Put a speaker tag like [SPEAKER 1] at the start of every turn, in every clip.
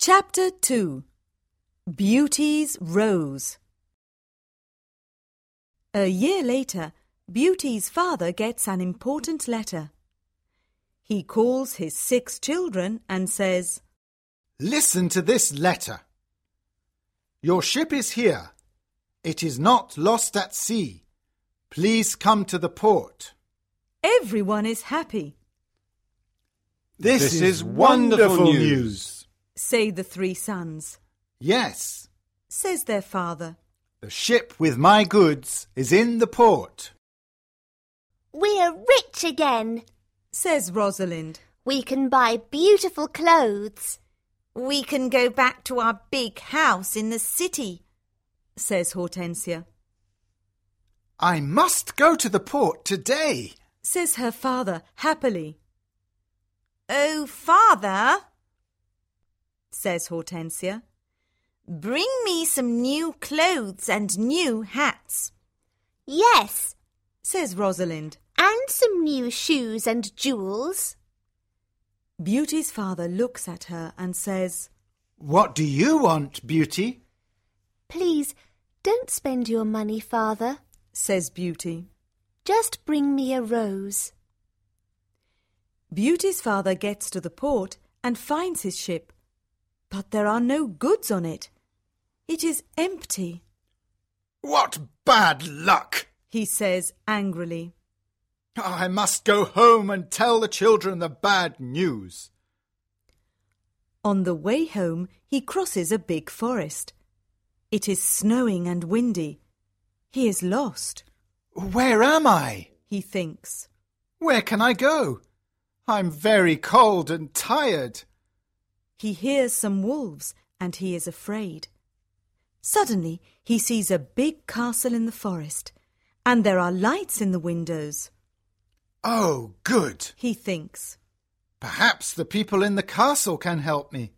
[SPEAKER 1] Chapter 2 Beauty's Rose A year later, Beauty's father gets an important letter. He calls his six children and says,
[SPEAKER 2] Listen to this letter. Your ship is here. It is not lost at sea. Please come to the port.
[SPEAKER 1] Everyone is happy,
[SPEAKER 2] This,
[SPEAKER 3] This is wonderful news.
[SPEAKER 1] say the three sons,
[SPEAKER 2] Yes,
[SPEAKER 1] says their father.
[SPEAKER 2] the ship with my goods is in the port.
[SPEAKER 4] We're rich again.
[SPEAKER 1] Says Rosalind,
[SPEAKER 4] We can buy beautiful clothes.
[SPEAKER 1] We can go back to our big house in the city, says Hortensia.
[SPEAKER 2] I must go to the port today.
[SPEAKER 1] Says her father happily. Oh, father, says Hortensia, bring me some new clothes and new hats,
[SPEAKER 4] Yes,
[SPEAKER 1] says Rosalind.
[SPEAKER 4] and some new shoes and jewels.
[SPEAKER 1] Beauty's father looks at her and says,
[SPEAKER 2] What do you want, Beauty?
[SPEAKER 4] Please, don't spend your money, Father.
[SPEAKER 1] says Beauty.
[SPEAKER 4] Just bring me a rose.
[SPEAKER 1] Beauty's father gets to the port and finds his ship, but there are no goods on it. It is empty,
[SPEAKER 2] What bad luck!
[SPEAKER 1] he says angrily.
[SPEAKER 2] I must go home and tell the children the bad news.
[SPEAKER 1] On the way home, he crosses a big forest. It is snowing and windy. He is lost,
[SPEAKER 2] Where am I?
[SPEAKER 1] he thinks.
[SPEAKER 2] Where can I go? I'm very cold and tired.
[SPEAKER 1] He hears some wolves and he is afraid. Suddenly, he sees a big castle in the forest, and there are lights in the windows,
[SPEAKER 2] Oh, good.
[SPEAKER 1] he thinks.
[SPEAKER 2] Perhaps the people in the castle can help me.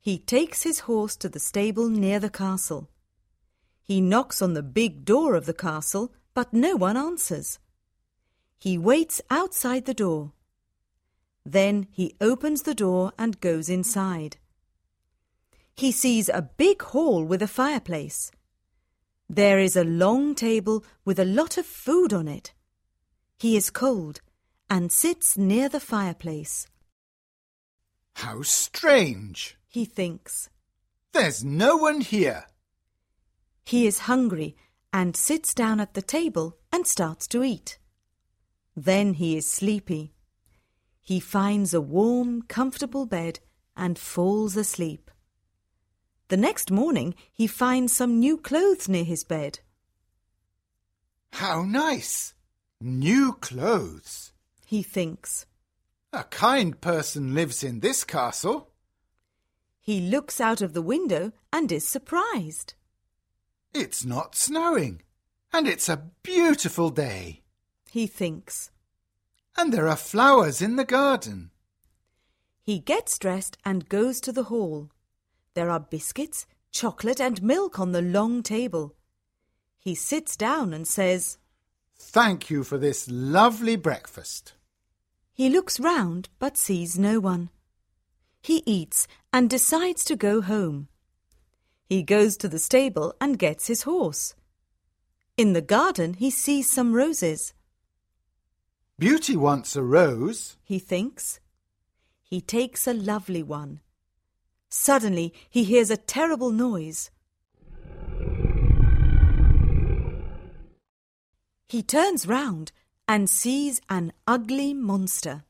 [SPEAKER 1] He takes his horse to the stable near the castle. He knocks on the big door of the castle, but no one answers. He waits outside the door. Then he opens the door and goes inside. He sees a big hall with a fireplace. There is a long table with a lot of food on it. He is cold and sits near the fireplace,
[SPEAKER 2] How strange.
[SPEAKER 1] he thinks.
[SPEAKER 2] There's no one here.
[SPEAKER 1] He is hungry and sits down at the table and starts to eat. Then he is sleepy. He finds a warm, comfortable bed and falls asleep. The next morning, he finds some new clothes near his bed.
[SPEAKER 2] How nice. New clothes.
[SPEAKER 1] He thinks.
[SPEAKER 2] A kind person lives in this castle.
[SPEAKER 1] He looks out of the window and is surprised.
[SPEAKER 2] It's not snowing. And it's a beautiful day.
[SPEAKER 1] He thinks.
[SPEAKER 2] And there are flowers in the garden.
[SPEAKER 1] He gets dressed and goes to the hall. There are biscuits, chocolate, and milk on the long table. He sits down and says,
[SPEAKER 2] Thank you for this lovely breakfast.
[SPEAKER 1] He looks round but sees no one. He eats and decides to go home. He goes to the stable and gets his horse. In the garden, he sees some roses,
[SPEAKER 2] Beauty wants a rose.
[SPEAKER 1] he thinks. He takes a lovely one. Suddenly, he hears a terrible noise. He turns round and sees an ugly monster.